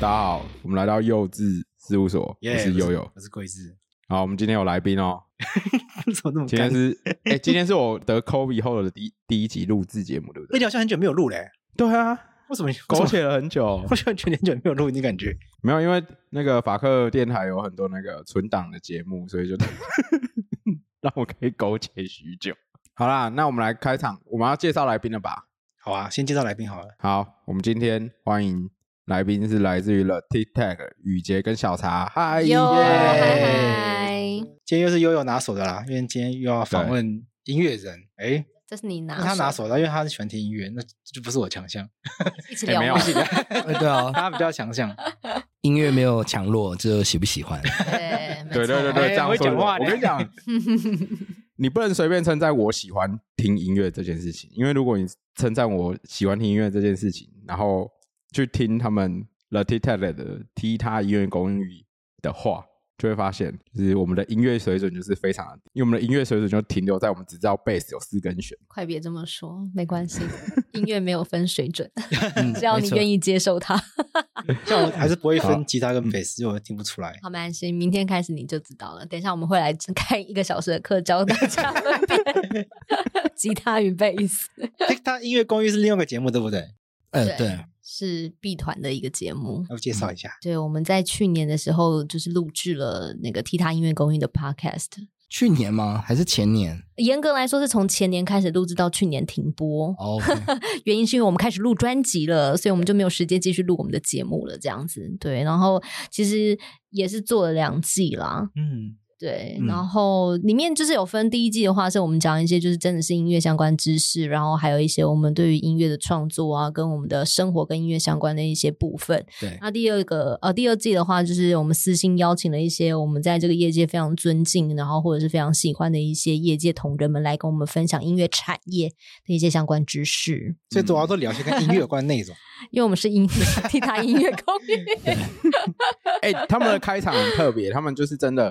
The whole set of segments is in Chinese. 大家好，我们来到幼稚事务所，我耶是悠悠。我是桂枝。好，我们今天有来宾哦， 怎么那么今天干？是 哎、今天是我得 COVID 后的第一第一集录制节目，对不那对？你好像很久没有录嘞、对啊，为什么？苟且了很久 为，什么，我觉得很久没有录，你感觉？ 没有，因为那个法克电台有很多那个存档的节目，所以就 让我可以苟且许久。好啦，那我们来开场，我们要介绍来宾了吧？好啊，先介绍来宾好了。好，我们今天欢迎来宾是来自于了 TikTok 雨杰跟小茶，嗨，哎哟耶嗨嗨嗨，今天又是悠悠拿手的啦，因为今天又要访问音乐人。哎、这是你拿那他拿手的，因为他是喜欢听音乐，那就不是我强项。一起哎聊没有吗？哎对啊， 他比较强项。音乐没有强弱，只有喜不喜欢。对 没对对对错对，哎这样会说讲的话我跟你讲，你不能随便称赞我喜欢听音乐这件事情，因为如果你称赞我喜欢听音乐这件事情，然后去听他们 The t i t a 的踢踏音乐公寓的话，就会发现，就是我们的音乐水准就是非常的低，因为我们的音乐水准就停留在我们只知道 bass 有四根弦。快别这么说，没关系， 音乐没有分水 准，嗯只要你愿意，意接受它。像我还是不会分吉他嗯跟贝斯，因为我听不出来。好，没关系，明天开始你就知道了。等一下我们会来开一个小时的课，教大家分 辨吉他与贝斯，哎，他音乐公寓是另外一个节目，对不对？嗯、对对，是 B 团的一个节目。要不介绍一下？对，我们在去年的时候就是录制了那个踢踏音乐公寓的 podcast，去年吗？还是前年？严格来说是从前年开始录制到去年停播。哦、 原因是因为我们开始录专辑了，所以我们就没有时间继续录我们的节目了，这样子。对，然后其实也是做了两季啦，嗯，对，嗯然后里面就是有分第一季的话，是我们讲一些就是真的是音乐相关知识，然后还有一些我们对于音乐的创作啊，跟我们的生活跟音乐相关的一些部分。对，那第二个呃，第二季的话，就是我们私信邀请了一些我们在这个业界非常尊敬，然后或者是非常喜欢的一些业界同仁们来跟我们分享音乐产业的一些相关知识，所以主要都聊一些跟音乐有关的内容。因为我们是音替他音乐 公寓，哎、他们的开场很特别，他们就是真的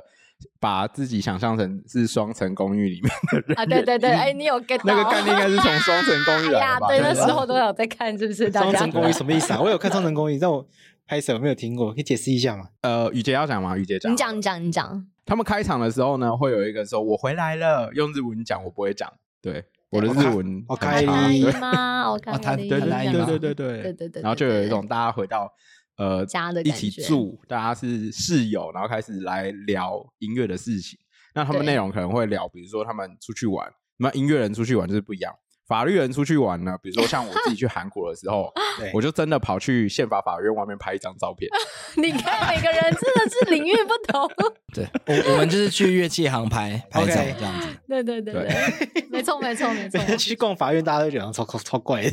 把自己想象成是双层公寓里面的人啊，对对对，嗯哎，你有 get 到那个概念，应该是从双层公寓哎来呀的吧？，对，那对吧时候都有在看，是不是？大双家层公寓什么意思啊？我有看双层公寓，但我拍手没有听过，可以解释一下吗？呃，雨杰要讲吗？雨杰讲，你讲，你讲，你讲，他们开场的时候呢，会有一个说“我回来了”，用日文讲，我不会讲。对，我的日文我很开差我对吗？我看哦他看对很对难对吗对对对 对对对然后就有一种大家回到呃家的一感起觉住，大家是室友，然后开始来聊音乐的事情。那他们对内容可能会聊，比如说他们出去玩，那音乐人出去玩就是不一样。法律人出去玩呢，比如说像我自己去韩国的时候， 对我就真的跑去宪法法院外面拍一张照片。 你看每个人真的是领域不同， 对，我我们就是去乐器行拍拍 OK 照这样子。对对对对对，没错没错 没错，去逛法院，大家都觉得 超超超怪的。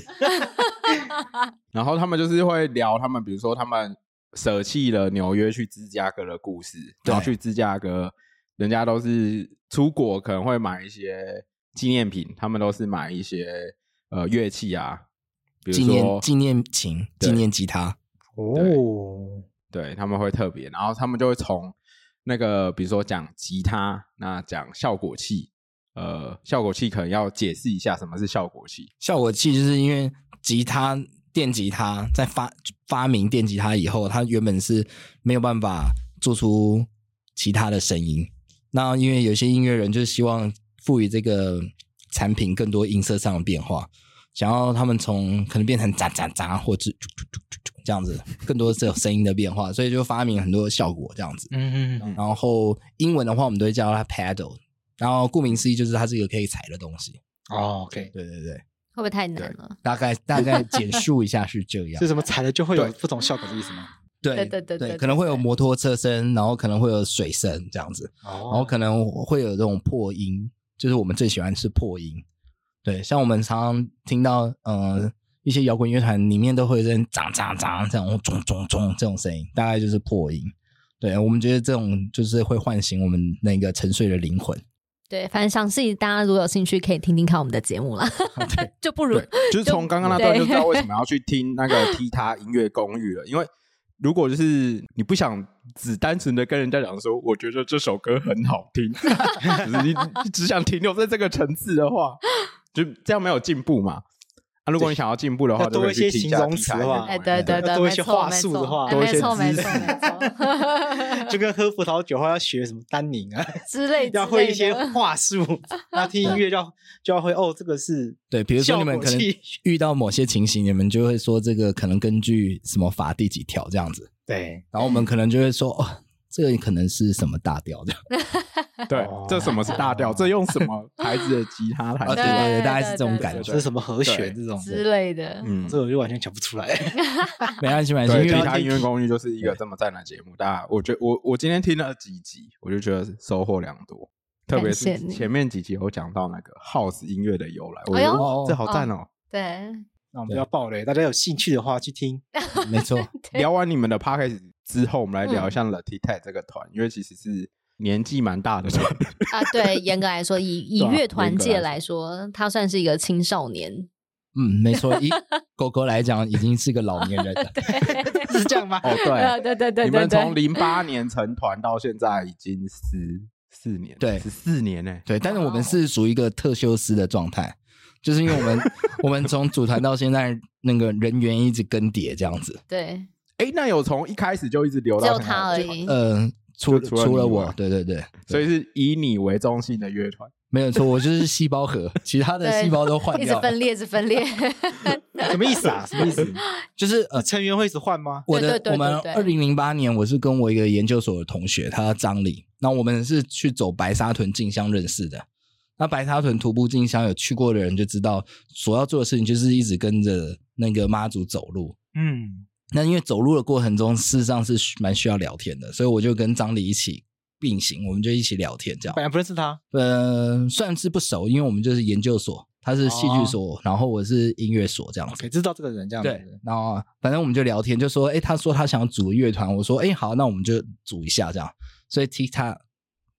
然后他们就是会聊他们，比如说他们舍弃了纽约去芝加哥的故事，对然后去芝加哥，人家都是出国可能会买一些纪念品，他们都是买一些呃乐器啊，比纪如念说纪念琴、对纪念吉他，哦，对他们会特别，然后他们就会从那个比如说讲吉他，那讲效果器，呃，效果器可能要解释一下什么是效果器，效果器就是因为吉他电吉他在发发明电吉他以后，它原本是没有办法做出其他的声音。那因为有些音乐人就是希望赋予这个产品更多音色上的变化，想要他们从可能变成喳喳喳或者这样子，更多是有声音的变化，所以就发明很多效果这样子。嗯嗯嗯，然后英文的话，我们都会叫它 pedal，然后顾名思义就是它是一个可以踩的东西。哦，OK，对对对。会不会太难了？大 概大概简述一下是这样是，什么踩了就会有不同效果的意思吗？对对对对对可能会有对摩托车声，然后可能会有水声这样子，然后 哦，可能会有这种破音，就是我们最喜欢是破音，对，像我们常常听到呃一些摇滚乐团里面都会有这种喳喳喳这种咚咚咚这种声音，大概就是破音。对我们觉得这种就是会唤醒我们那个沉睡的灵魂，对，反正详细大家如果有兴趣，可以听听看我们的节 目啦。 就不如哦 对，就是从刚刚那段就知道为什么要去听那个踢踏音乐公寓了，因为如果就是你不想只单纯的跟人家讲说，我觉得这首歌很好听，只是你只想停留在这个层次的话，就这样没有进步嘛。啊，如果你想要进步的话，要就可以多一些去踢形下容踢下词一个化东哎哎，西对对要对，多一没些错话没术错的话哎多一没些错没知错识没 错 就跟喝葡萄酒后要学什么单宁啊，之类之 要会类一些的话术，那听音乐就要就要会哦，这个是对，比如说效你们果可能器遇到某些情形，你们就会说这个可能根据什么法第几条这样子，对然后我们可能就会说哦，这个可能是什么大调这样，对，哦这什么是大调？这用什么牌子的吉他啊弹对的？对对，对大概是这种对对感 这觉是。什么和弦这种，之类的，嗯，这我就完全讲不出来。没关啊系，没关对，系，因吉为他音乐公寓就是一个这么赞的节目。大家，我觉我我今天听了几集，我就觉得收获良多。特别是感谢你前面几集有讲到那个 house 音乐的由来，我哎觉呦得哇这好赞哦！对，那我们就要爆雷，大家有兴趣的话去听。哦没错， 对聊完你们的 podcast 之后，我们来聊一下 l a t i t a 这个团，因为其实是年纪蛮 大的团，啊，对，严格来说，以以对啊乐团严格界来来说，他算是一个青少 年。嗯，没错。 以狗狗来讲，已经是个老年人了。是这样吗？哦，对， 对对对你对们从对，零八年成团到现在已经十四年，对十四年欸呢、对，但是我哇们哦是属于一个特修斯的状态，就是因为我们我们从组团到现在，那个人员一直更迭这样子。对，哎，那有从一开始就一直留只到有现在他而的团，已。呃，除就除了除了你以我外，对对对，所以是以你为中心的乐团，没有错，我就是细胞核，其他的对细胞都换一直掉了。分裂，一直分裂。什么意思啊？什么意思？就是呃，成员会一直换吗？我的对对我们对二零零八年，我是跟我一个研究所的同学，他叫张理，那我们是去走白沙屯进香认识的。那白沙屯徒步进香，有去过的人就知道，所要做的事情就是一直跟着那个妈祖走路。嗯，那因为走路的过程中，事实上是需蛮需要聊天的，所以我就跟张理一起并行，我们就一起聊天这样本。来不认识他，呃，算是不熟，因为我们就是研究所，他是戏剧所，然后我是音乐所这样子。谁知道这个人这样对子？，然后啊反正我们就聊天，就说，哎，他说他想组乐团，我说，哎，好，那我们就组一下这样。所以 TikTok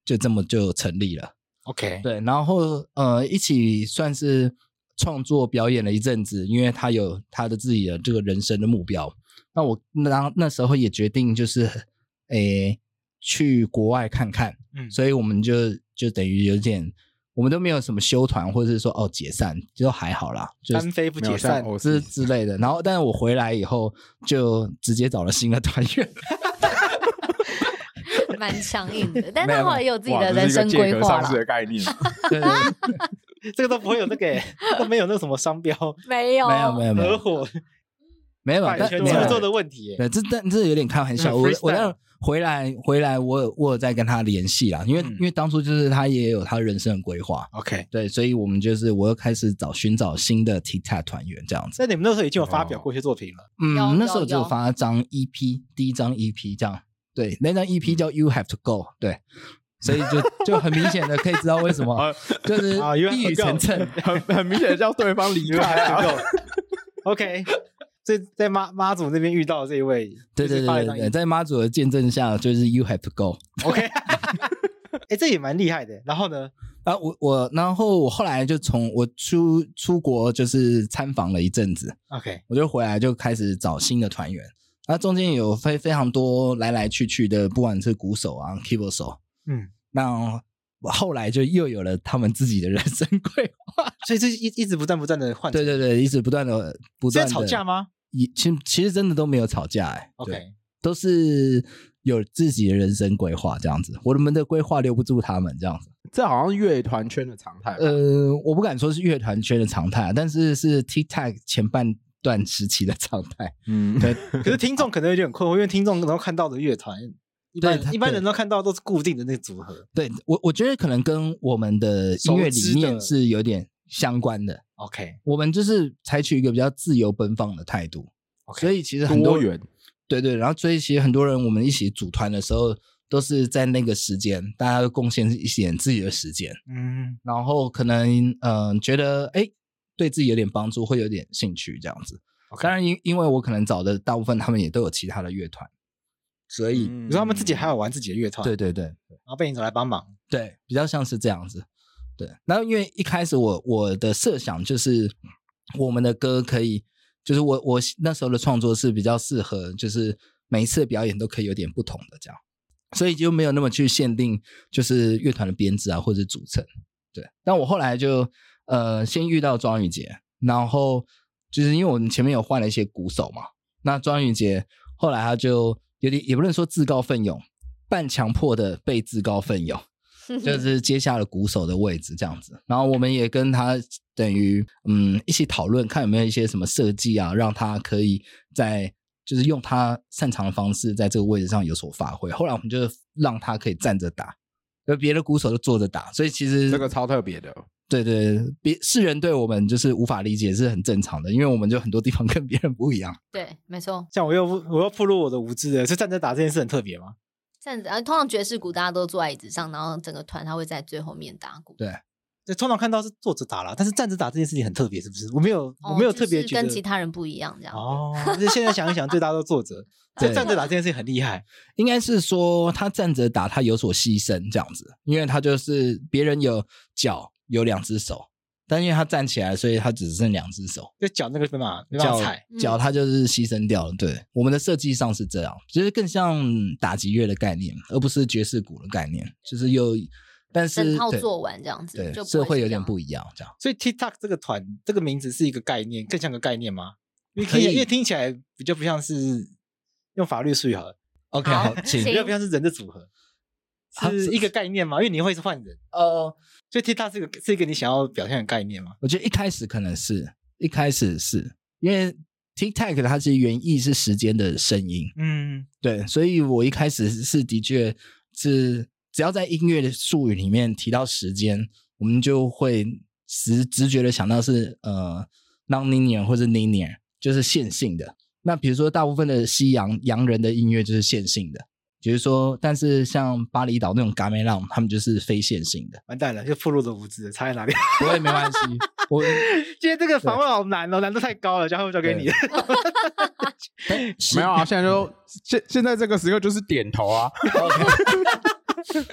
就这么就成立了。 ，OK，对，然后呃，一起算是创作表演了一阵子，因为他有他的自己的这个人生的目标。那我那那时候也决定就是，诶，去国外看看，嗯所以我们就就等于有点，我们都没有什么休团或者是说哦解散，就还好啦，就单飞不没有解像散，偶是之之类的。然后，但是我回来以后就直接找了新的团员， 蛮强硬的，但没他有后来也有自己哇的这是人一生个规借壳划上了市。的概念， 对对对这个都不会有那 个，这都没有那什么商标没有没有没有没合哦有伙没有，版但权没有啊著作的问题。对，这但这有点开玩笑。嗯我 freestyle 我要回来回来，我有我有在跟他联系啦，因为、嗯因为当初就是他也有他人生的规划， OK，对，所以我们就是我又开始找寻找新的 TikTok 团员这样子。那你们那时候已经有发哦表过一些作品了，嗯有，那时候有只有有发一张 EP，第一张 EP 这样。对，那张 EP 嗯叫 You Have to Go，对，所以就就很明显的可以知道为什 么啊，就是啊，You have 呃一 to 语 go 成 谶。很很明显叫对方离开啊。 OK，所以 在妈妈祖那边遇到的这一位，对对就是对发了对一张对，在妈祖的见证下，就是 You Have to Go。 OK，哎，这也蛮厉害的。然后呢，啊，我我然后我后来就从我出出国就是参访了一阵子， OK，我就回来就开始找新的团员。那中间有非非常多来来去去的，不管是鼓手啊、keyboard 手，嗯，那我后来就又有了他们自己的人生规 划。所以这一一直不断不断的换，对对对，一直不断的不是在断地吵架？吗也其其实真的都没有吵架、哎对？OK，都是有自己的人生规划这样子。我们的规划留不住他们这样子。这好像乐团圈的常态吧。呃，我不敢说是乐团圈的常态，啊但是是 TikTok 前半段时期的常态。 嗯，对可是听众可能有点困惑，因为听众能够看到的乐团，一般对他一般人都看到都是固定的那个组合。对我，我觉得可能跟我们的音乐理熟知的念是有点相关的。 OK，我们就是采取一个比较自由奔放的态度 OK 所以其实很多呃多元，对对，然后所以其实很多人我们一起组团的时候，都是在那个时间，大家都贡献一点自己的时间，嗯，然后可能嗯、呃觉得哎对自己有点帮助，会有点兴趣这样子。 OK 当然因因为我可能找的大部分他们也都有其他的乐团，所以、嗯你说他们自己还有玩自己的乐团，对然对对后被你找来帮忙。对，比较像是这样子。对，然后因为一开始我我的设想就是我们的歌可以，就是我我那时候的创作是比较适合，就是每一次的表演都可以有点不同的这样，所以就没有那么去限定就是乐团的编制啊或者组成。对，但我后来就呃先遇到庄宇杰，然后就是因为我们前面有换了一些鼓手嘛，那庄宇杰后来他就有点也不能说自告奋勇，半强迫的被自告奋勇，就是接下了鼓手的位置这样子。然后我们也跟他等于嗯一起讨论，看有没有一些什么设计啊，让他可以在就是用他擅长的方式在这个位置上有所发挥。后来我们就让他可以站着打，而别的鼓手就坐着打，所以其实这个超特别的，对对，对别世人对我们就是无法理解是很正常的，因为我们就很多地方 跟别人不一样。对，没错，像我又不我又暴露我的无知了，是站着打这件事很特别吗？这样子。啊，通常爵士鼓大家都坐在椅子上，然后整个团他会在最后面打鼓。对就通常看到是坐着打啦，但是站着打这件事情很特别，是不是？我没有，哦我没有就特别是觉得跟其他人不一样这样。哦。那现在想一想，对大家都坐着，对这站着打这件事情很厉害。应该是说他站着打，他有所牺牲这样子，因为他就是别人有脚有两只手，但因为他站起来，所以他只剩两只手，就脚那个没办法没办脚法踩，脚嗯他就是牺牲掉了。对，我们的设计上是这样，就是更像打击乐的概念，而不是爵士鼓的概念，就是有，但整是套对做完这样子，对，就不是会有点是不一样这样。所以 TikTok 这个团这个名字是一个概念，更像个概念吗？因为可听以起来因为听起来比较不像是用法律术语好了， OK，好好，请比请较不像是人的组合，啊是一个概念吗？因为你会是换人，呃。所以 TikTok 是一个是一个你想要表现的概念吗？我觉得一开始可能是，一开始是因为 TikTok 它是原意是时间的声音，嗯，对，所以我一开始是的确是只要在音乐的术语里面提到时间，我们就会直直觉的想到是呃 non-linear 或者 linear，就是线性的。那比如说大部分的西洋洋人的音乐就是线性的，比如说，但是像巴厘岛那种嘎梅浪，他们就是非线性的。 完蛋了，又暴露了无知了，差在哪里？不过也没关系，我 今天这个访问好难哦，难度太高了，交后交给你。没有啊，现在就现现在这个时刻就是点头 啊，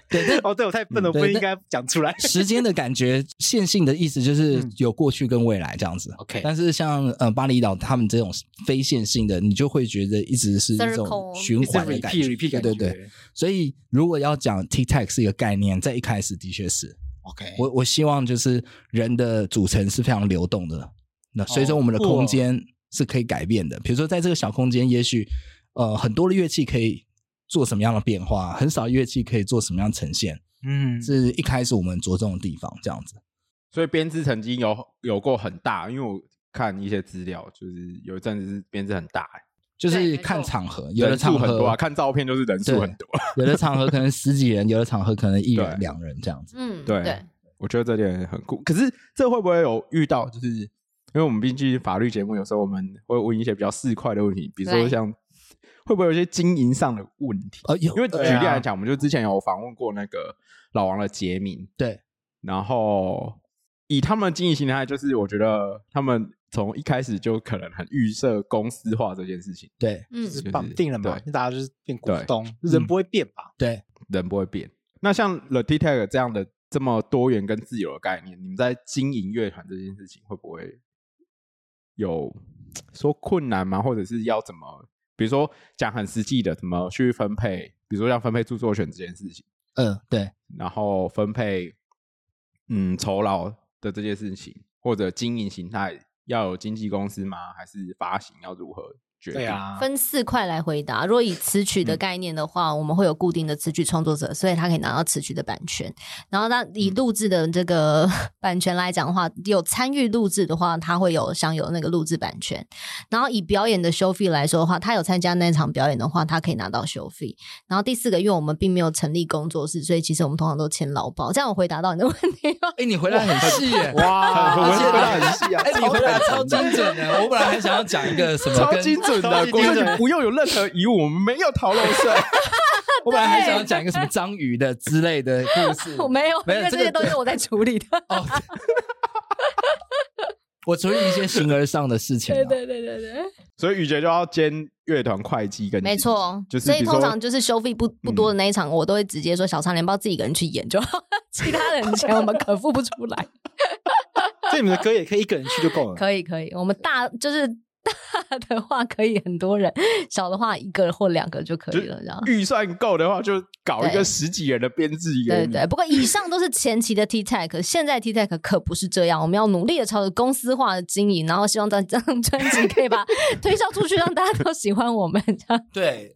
对，但哦，对我太笨了，嗯我不对应该讲出 来。时间的感觉，线性的意思就是嗯有过去跟未来这样子。 OK 但是像呃巴厘岛他们这种非线性的，你就会觉得一直是一种 Circle 循环的感觉 repeat repeat 感对觉，对对。所以如果要讲 TikTok 是一个概念，在一开始的确是 OK，我我希望就是人的组成是非常流动的，那随着我们的酷哦空间是可以改变的。比如说在这个小空间，也许呃很多的乐器可以做什么样的变化，很少乐器可以做什么样的呈现，嗯是一开始我们着重的地方这样子。所以编制曾经有有过很大，因为我看一些资料，就是有一阵子是编制很大、欸，就是看场合，有的人数场很多合啊，看照片就是人数很多。有的场合可能十几人， 有的场合可能一对人、两人这样子。嗯，对对，我觉得这点很酷。可是这会不会有遇到？就是因为我们毕竟法律节目，有时候我们会问一些比较市侩的问题，比如说对像会不会有一些经营上的问题？呃，有因为举对例啊来讲，我们就之前有访问过那个老王的杰明，对然后以他们的经营形态，就是我觉得他们从一开始就可能很预设公司化这件事情，对嗯就是绑定了嘛，对那大家就是变股对东，人不会变吧？对，人不会变。那像 The t Tag 这样的这么多元跟自由的概念，你们在经营乐团这件事情会不会有说困难吗？或者是要怎么，比如说讲很实际的，怎么去分配，比如说像分配著作权这件事情，嗯对，然后分配嗯酬劳的这件事情，或者经营形态要有经纪公司吗？还是发行要如何决定？对啊，分四块来回答。如果以词曲的概念的话，我们会有固定的词曲创作者，所以他可以拿到词曲的版权。然后，他以录制的这个 版权来讲的话，有参与录制的话，他会有享有那个录制版权。然后以表演的收费来说的话，他有参加那场表演的话，他可以拿到收费。然后第四个，因为我们并没有成立工作室，所以其实我们通常都签劳保。这样我回答到你的问题吗？ 哎，你回来很细耶， 哇，很我而且回答很细啊，哎，你回来超准的精准的。我本来还想要讲一个什 么超跟，精准超的，级国精瑞准你不用有任何疑问，我们没有逃漏 税。我本来还想要讲一个什么章鱼的之类的故 。事我没有，没有因为这这个些都是我在处理的。哦， 我处理一些形而上的事情啊。 对对对。所以雨杰就要兼乐团会计跟没错，就是所比以如通说常就是收费不不多的那一场，我都会直接说小唱联包自己一个人去演就好，其他人钱我们可付不 出来。所以你们的歌也可以一个人去就够了。可以可以，我们大就是大大的话可以很多人，小的话一个或两个就可以了，这样。预算够的话，就搞一对个十几人的编制给对你对，不过以上都是前期的 T Tech，现在 T Tech 可不是这样，我们要努力的朝着公司化的经营，然后希望这张 专辑可以把 推销出去，让大家都喜欢我们。这样对，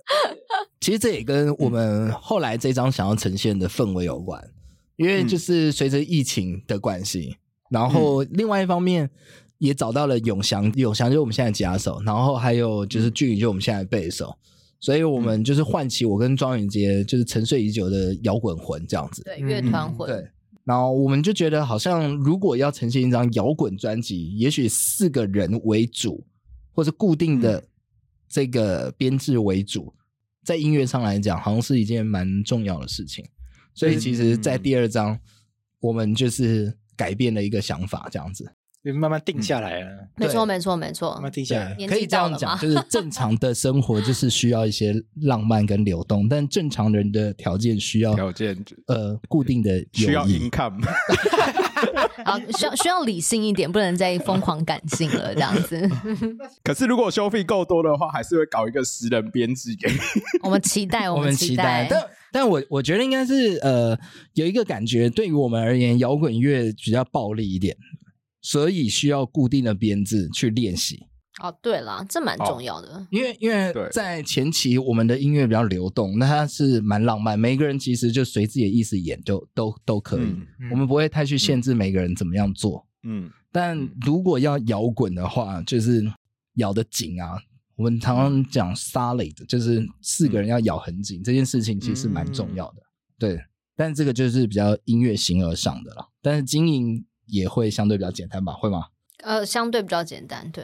其实这也跟我们后来这张想要呈现的氛围有关，因为就是随着疫情的关系，然后另外一方面也找到了永祥，永祥就是我们现在的吉他手，然后还有就是俊宇，就是我们现在的贝斯手。所以我们就是唤起我跟庄宇杰就是沉睡已久的摇滚魂这样子。对，嗯乐团魂，对，然后我们就觉得好像如果要呈现一张摇滚专辑，也许四个人为主，或是固定嗯的这个编制为主，在音乐上来讲，好像是一件蛮重要的事情。所以其实，嗯在第二章，我们就是改变了一个想法，这样子。就慢慢定下来了，没错对没错没错慢。慢定下来。年纪可以这到样了讲，吗就是正常的生活就是需要一些浪漫跟流动，但正常人的条件需要条件，呃固定的友谊需要 income。 啊，需要需要理性一点，不能再疯狂感性了，这样子。可是如果收费够多的话，还是会搞一个十人编制给你。我们期待，我们们期待待，。但但我我觉得应该是呃，有一个感觉，对于我们而言，摇滚乐比较暴力一点，所以需要固定的编制去练习。哦，对啦，这蛮哦重要的。因为因为对在前期我们的音乐比较流动，那它是蛮浪漫，每一个人其实就随自己的意思演，就都都可以。嗯嗯我们不会太去限制每个人怎么样做。嗯，但如果要摇滚的话，就是咬得紧啊。我们常常讲 solid，就是四个人要咬很紧，这件事情其实蛮重要的。对，但这个就是比较音乐形而上的了。但是经营也会相对比较简单吧？会吗？呃，相对比较简单，对。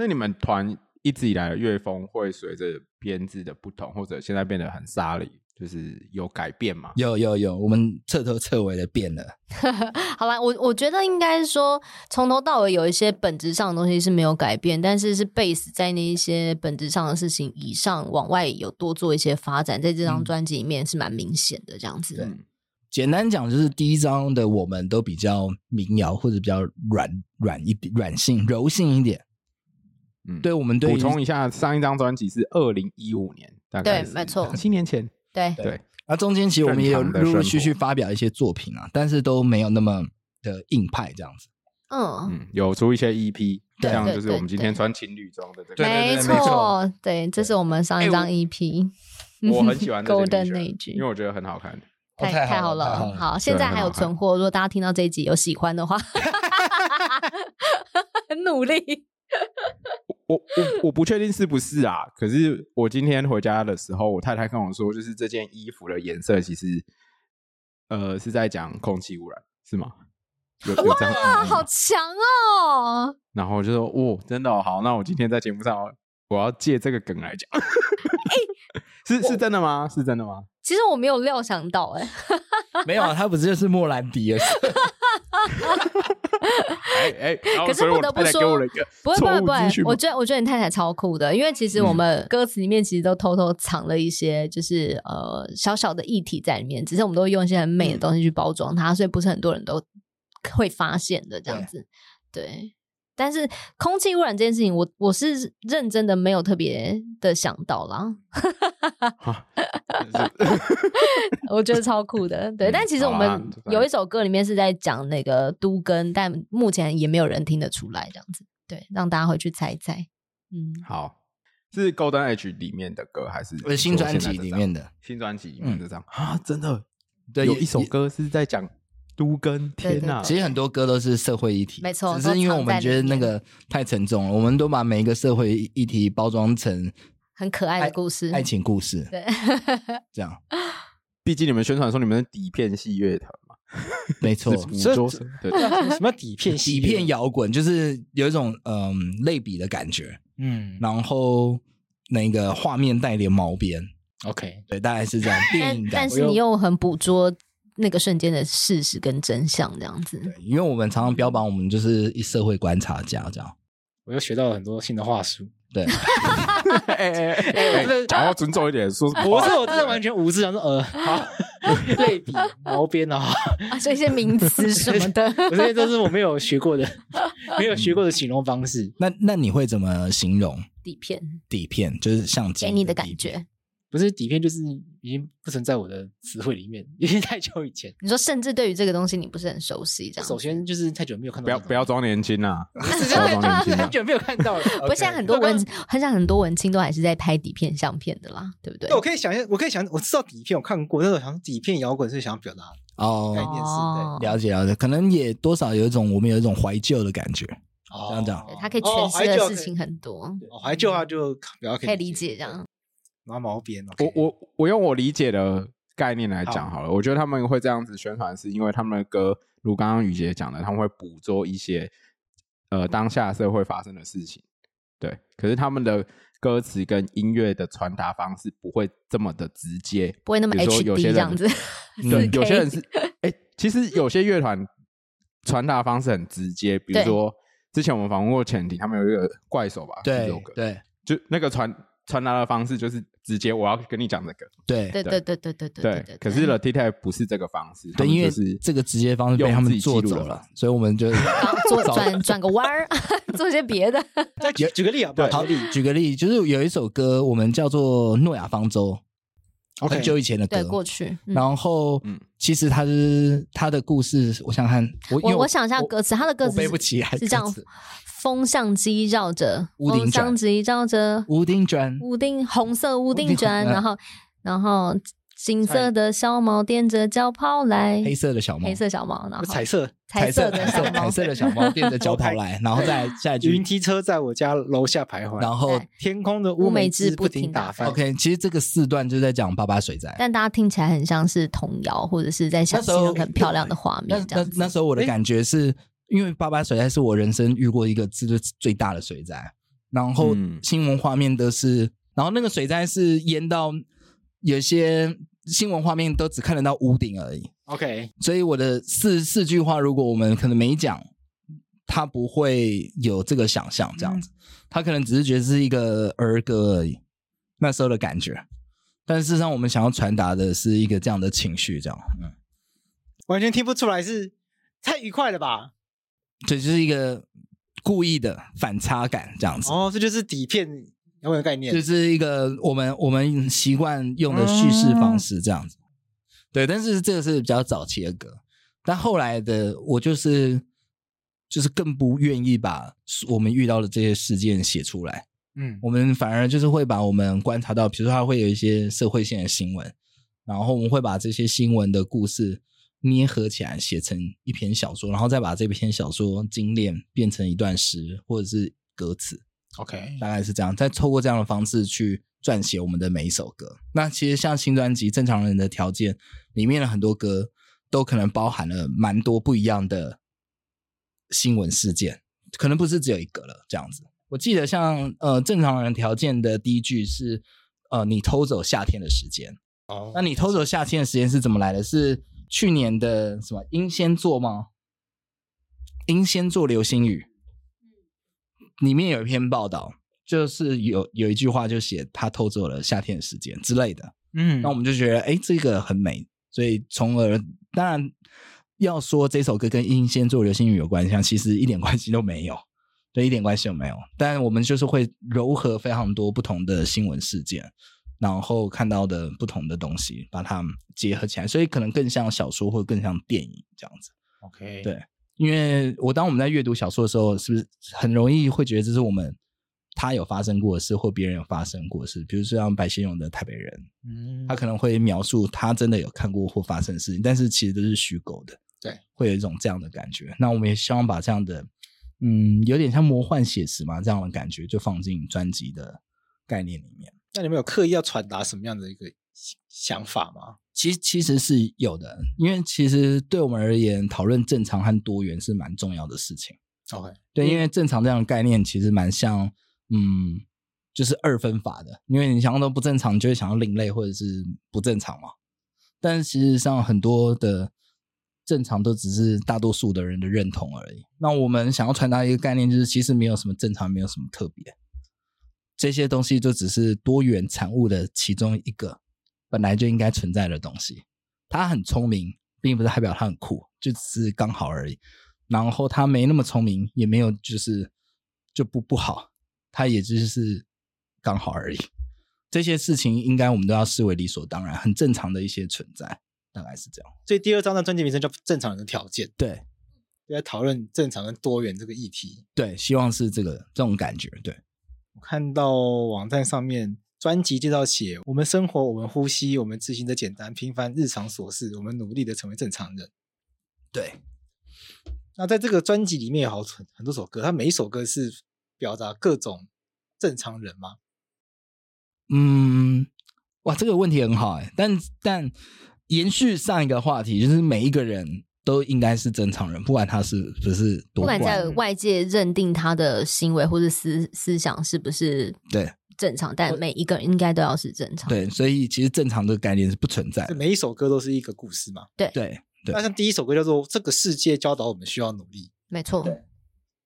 那你们团一直以来的乐风会随着编制的不同，或者现在变得很沙里，就是有改变吗？有有有，我们彻头彻尾的变了。 好啦，我我觉得应该说，从头到尾有一些本质上的东西是没有改变，但是是 base 在那一些本质上的事情以上往外有多做一些发展，在这张嗯专辑里面是蛮明显的这样子。嗯对简单讲，就是第一章的我们都比较民谣或者比较软软一点、软性、柔性一点。嗯，对，我们对于补充一下，上一张专辑是二零一五年，大概对没错七年前。对对，那中间其实我们也有正常的陆陆生续续活发表一些作品啊，但是都没有那么的硬派这样子。嗯，嗯，有出一些 EP，对像对就是对我们今对天穿情侣装的这个，对没对对没错错，对，这是我们上一张 EP，我很喜欢这 Golden 件 T 恤那一句因为我觉得很好看。哦太太好好了太好了，了好，现在还很有好看存货，如果大家听到这一集有喜欢的话， 很努力。我我我不确定是不是啊，可是我今天回家的时候，我太太跟我说，就是这件衣服的颜色其实，呃，是在讲空气污染，是吗？有有这样啊，嗯好强哦！然后我就说，哦，真的、哦、好，那我今天在节目上哦，我要借这个梗来讲。 是是真的吗？是真的吗？其实我没有料想到、哎，没有啊，他不是就是莫兰迪 而已。哎哎，然后可是所以不我得不太太给说我了一个不会不会错不误资会讯，嘛嗯我觉得我觉得你太太超酷的，因为其实我们歌词里面其实都偷偷藏了一些，就是呃小小的议题在里面，只是我们都会用一些很美的东西去包装它，所以不是很多人都会发现的这样子。对，但是空气污染这件事情，我我是认真的，没有特别的想到 啦，我觉得超酷的。对，嗯但其实我好啊们就这样有一首歌里面是在讲那个都根，但目前也没有人听得出来这样子。对，让大家回去猜一猜。嗯， 好，是 Golden Age 里面的歌还是我的呃新专辑里面的，新专辑里面这张、啊？真的对，有也一首，歌是在讲都跟对天呐、也其实很多歌都是社会议题，没错只是因为我们觉得都那藏在里个太沉重了，我们都把每一个社会议题包装成很可爱的故事。爱情故事，对，这样毕竟你们宣传说你们是底片系乐团嘛，没错是。捕捉这对，什么底片系底列片？摇滚就是有一种嗯类比的感觉，嗯然后那个画面带点毛边， ，OK，对，大概 是这样。电但影感但是你又很捕捉那个瞬间的事实跟真相，这样子。因为我们常常标榜我们就是一社会观察家这样。我又学到了很多新的话术。对， 哎哎哎哎，讲话尊重一点，说不 是，我真的完全无知，想说呃，好， 类比毛边啊，啊，这些名词什么的，我 这些都是我没有学过的，没有学过的形容方式。那那你会怎么形容底片底片，就是相机给你的底感片。觉。不是底片，就是已经不存在我的词汇里面，因为太久以前。你说，甚至对于这个东西你不是很熟悉，这样子。首先就是太久没有看到不要那种不要装年轻啊！是不要装年轻太啊！久没有看到了。不过现在很多文，很像很多文青都还是在拍底片相片的啦，对不对对，？我可以想象，我可以想，我知道底片我看过，但是我想底片摇滚是想表达哦概，念是哦了解了解，可能也多少有一种我们有一种怀旧的感觉。啊哦这样讲哦对它可以诠释的事情很多，啊哦，怀旧啊，就比较可以理解这样。。拿毛边，我我我用我理解的概念来讲好好了，我觉得他们会这样子宣传，是因为他们的歌，如刚刚雨杰讲的，他们会捕捉一些呃当下社会发生的事情，对。可是他们的歌词跟音乐的传达方式不会这么的直接，不会那么比如说 HD 有些人这样子。对 4K，有些人 是哎、其实有些乐团传达方式很直接，比如对说之前我们访问过前提，他们有一个怪手吧，是这对首歌对就那个传传达的方式就是直接我要跟你讲这个。对嗯对对对对对对对对。可是 The T T 不是这个方式，他对，们因为就是这个直接方式被他用自们己做记录走的了，所以我 们就做 找转转个弯儿， 做些别的。再举举个例啊，不好，举个例，就是有一首歌，我们叫做《诺亚方舟》，很久以前的歌对，。过去。嗯然后嗯，其实它是它的故事，我想看，我因为我我想一下歌词，它的歌我词背不起来是歌这样词：风向机绕着，屋顶风转向机绕着无定转，屋顶红色屋屋顶顶砖，嗯然后然后金色的小猫踮着脚跑来，黑色的小猫，黑色小猫，然后 彩色彩彩色彩的色小彩猫，色的小 猫变着脚跑来，然后再下一句云，梯车在我家楼下徘徊，然后对天空的乌梅枝不停打翻。 OK，其实这个四段就在讲八八水灾。但大家听起来很像是童谣，或者是在想那时候象那个很漂亮的画那面这那样子。那时候我的诶感觉是，因为八八水灾是我人生遇过一个最最大的水灾，然后嗯新闻画面都是，然后那个水灾是淹到有些新闻画面都只看得到屋顶而已， OK，所以我的四四句话，如果我们可能没讲，他不会有这个想象这样子，他可能只是觉得是一个儿歌而已，那时候的感觉。但事实上，我们想要传达的是一个这样的情绪，这样，嗯，完全听不出来是太愉快了吧？对，就是一个故意的反差感这样子，哦，这就是底片摇滚的概念就。是一个我们我们习惯用的叙事方式这样子。对，但是这个是比较早期的歌，但后来的我就是就是更不愿意把我们遇到的这些事件写出来，嗯，我们反而就是会把我们观察到，比如说它会有一些社会性的新闻，然后我们会把这些新闻的故事捏合起来写成一篇小说，然后再把这篇小说精炼变成一段诗或者是歌词。 OK，大概是这样，再透过这样的方式去撰写我们的每一首歌。那其实像新专辑《正常人的条件》里面的很多歌，都可能包含了蛮多不一样的新闻事件，可能不是只有一个了。这样子，我记得像呃《正常人的条件》的第一句是呃你偷走夏天的时间。哦那你偷走夏天的时间是怎么来的？是去年的什么英仙座吗？英仙座流星雨，里面有一篇报道，就是有有一句话就写他偷走了夏天的时间之类的。嗯那我们就觉得，哎，这个很美，所以从而当然要说这首歌跟英仙座流星雨有关系，像其实一点关系都没有，对，一点关系都没有。但我们就是会糅合非常多不同的新闻事件，然后看到的不同的东西，把它们结合起来，所以可能更像小说或更像电影这样子。 OK，对因为我当我们在阅读小说的时候，是不是很容易会觉得这是我们他有发生过的事，或别人有发生过的事？比如说像白先勇的《台北人》，嗯他可能会描述他真的有看过或发生的事情，但是其实都是虚构的。对，会有一种这样的感觉。那我们也希望把这样的，嗯，有点像魔幻写实嘛，这样的感觉就放进专辑的概念里面。那你们有刻意要传达什么样的一个想法吗？其实其实是有的，因为其实对我们而言，讨论正常和多元是蛮重要的事情。 OK，对，因为正常这样的概念其实蛮像，嗯，就是二分法的。因为你想要都不正常，你就会想要另类或者是不正常嘛。但事实上，很多的正常都只是大多数的人的认同而已。那我们想要传达一个概念，就是其实没有什么正常，没有什么特别，这些东西就只是多元产物的其中一个本来就应该存在的东西。他很聪明，并不是代表他很酷，就只是刚好而已。然后他没那么聪明，也没有就是就不不好，他也就是刚好而已。这些事情应该我们都要视为理所当然，很正常的一些存在，大概是这样。所以第二章的专辑名称叫《正常人的条件》，对就在讨论正常跟多元这个议题。对，希望是这个这种感觉。对，我看到网站上面专辑介绍写：我们生活，我们呼吸，我们执行的简单平凡日常琐事，我们努力的成为正常人。对，那在这个专辑里面有好很很多首歌，它每一首歌是表达各种正常人嘛。嗯，哇，这个问题很好哎、但但延续上一个话题，就是每一个人都应该是正常人，不管他是不是不多管在怪啊外界认定他的行为或者思思想是不是对正常，但每一个人应该都要是正常。，对，所以其实正常的概念是不存在这的。每一首歌都是一个故事嘛。对对那像第一首歌叫做《这个世界教导我们需要努力没错，》，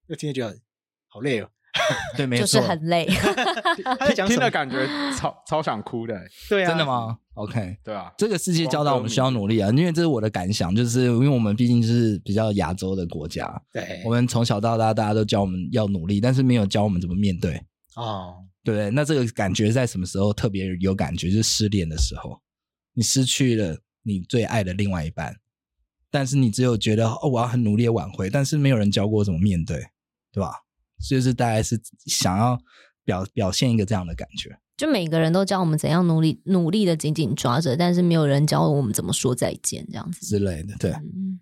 又听就觉得好累哦。对，没就错，是很 累。他在讲什听么的？感觉超超想哭的欸，对啊，真的？吗？OK，对 啊，这个世界教导我们需要努力啊，因为这是我的感想，就是因为我们毕竟是比较亚洲的国家，对，我们从小到大大家都教我们要努力，但是没有教我们怎么面对，哦，对不对？那这个感觉在什么时候特别有感觉？就是失恋的时候，你失去了你最爱的另外一半，但是你只有觉得哦，我要很努力地挽回，但是没有人教过我怎么面对，对吧？就是大概是想要表表现一个这样的感觉，就每个人都教我们怎样努力，努力的紧紧抓着，但是没有人教我们怎么说再见，这样子。之类的，对嗯，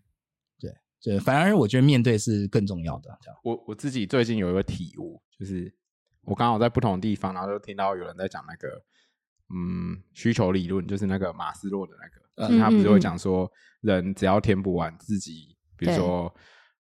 对，反而我觉得面对是更重要的，这样。我我自己最近有一个体悟，就是我刚好在不同地方，然后就听到有人在讲那个嗯需求理论，就是那个马斯洛的那个，嗯就是他不是会讲说人只要填补完自己，比如对说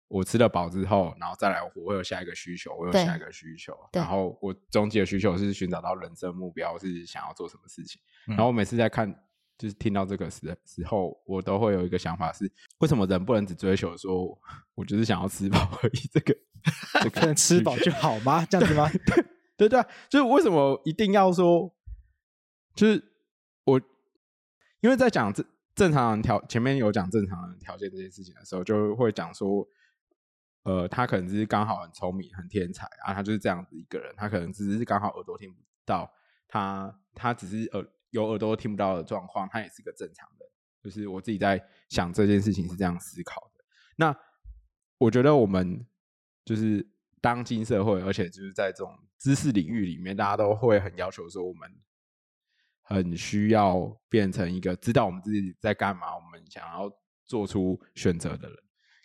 我吃得饱之后，然后再来我会有下一个需求，我有对下一个需求，对然后我终极的需求是寻找到人生目标，是想要做什么事情。嗯然后我每次在看，就是听到这个时时候，我都会有一个想法是：为什么人不能只追求说，我就是想要吃饱而已？这个，这可能个吃饱就好吗？这样子吗？对对、啊，就是为什么一定要说，就是我，因为在讲正正常人条前面有讲正常人条件这件事情的时候，就会讲说，呃，他可能只是刚好很聪明、很天才啊，他就是这样子一个人，他可能只是刚好耳朵听不到，他他只是耳有耳朵听不到的状况，他也是个正常人。就是我自己在想这件事情是这样思考的。那我觉得我们就是当今社会，而且就是在这种知识领域里面，大家都会很要求说，我们很需要变成一个知道我们自己在干嘛，我们想要做出选择的人。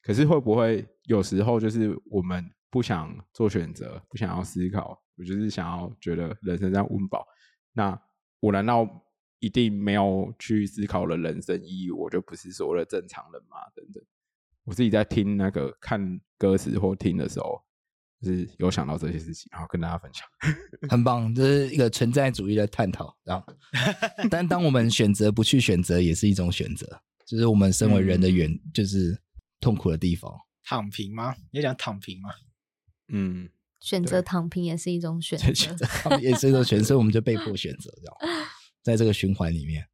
可是会不会有时候就是我们不想做选择，不想要思考，我就是想要觉得人生在温饱，那我难道一定没有去思考了人生意义，我就不是所谓的正常人吗？等等，我自己在听那个看歌词或听的时候，就是有想到这些事情，然后跟大家分享。很棒，这是一个存在主义的探讨。 然后，但当我们选择不去选择，也是一种选择，就是我们身为人的原，就是痛苦的地 方。躺平吗？你要讲躺平吗？嗯，选择躺平也是一种选所以择选。择他们也是一种选择，所以我们就被迫选择这样， 在这个循环里面，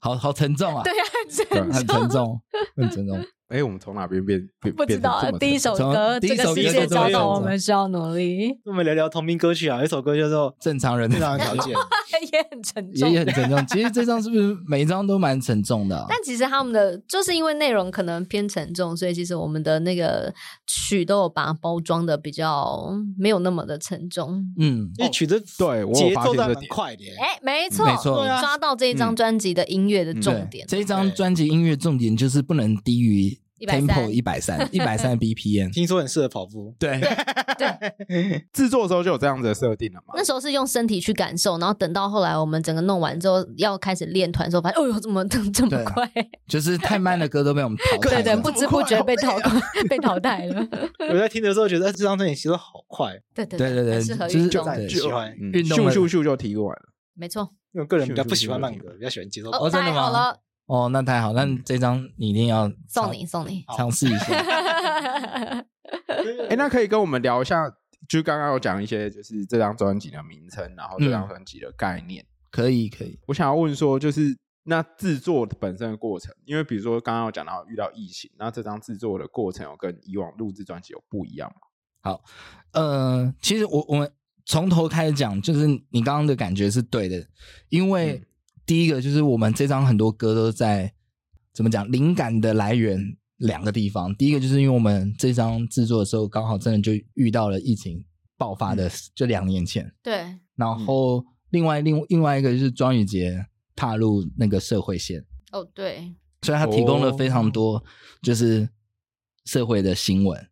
好好沉重啊，对啊，对真啊很沉重，很沉 重。哎、我们从哪边变变不知变成道这啊么。第一首从歌，第一这个首世歌界就教是导这我样们需要努力， 那我们聊聊同名歌曲啊，有一首歌叫做《正常人正常的条件》，也很沉重也。很沉重。其实这张是不是每一张都蛮沉重的啊、但其实他们的就是因为内容可能偏沉重，所以其实我们的那个曲都有把它包装的比较没有那么的沉重。嗯，因为哎曲子对我有节发奏现都还这蛮点快的耶。哎，没错，没错对啊抓到这一张嗯专辑的音乐的重对点。这一张专辑音乐重点就是不能低于130 tempo 一 百三一百三 BPM。听说很适合跑步， 对，制作的时候就有这样子的设定了嘛？那时候是用身体去感受，然后等到后来我们整个弄完之后，要开始练团的时候，发现，哦呦，怎么这么对啊 快？就是太慢的歌都被我们淘汰对了。 对，不知不觉被淘汰， 被淘汰了。我在听的时候觉得哎这张专辑节奏好快， 哦对对对对对很适合就是运就动，在喜欢。嗯运动的咻咻咻就提完了。没错。因为我个人比较不喜欢是慢是是歌，比较喜欢节奏。哦真的太吗好了，哦，那太好，那这张你一定要嗯送你送你。尝尝试一下。哎、那可以跟我们聊一下，就刚刚有讲一些，就是这张专辑的名称，然后这张嗯专辑的概念。可以可以，我想要问说，就是那制作本身的过程，因为比如说刚刚有讲到遇到疫情，那这张制作的过程有跟以往录制专辑有不一样吗？呃，其实我我们从头开始讲，就是你刚刚的感觉是对的，因为第一个就是我们这张很多歌都在怎么讲灵感的来源两个地方，第一个就是因为我们这张制作的时候刚好真的就遇到了疫情爆发的，就两年前， 对，然后另外另另外一个就是庄宇杰踏入那个社会线，哦对，所以他提供了非常多就是社会的新闻，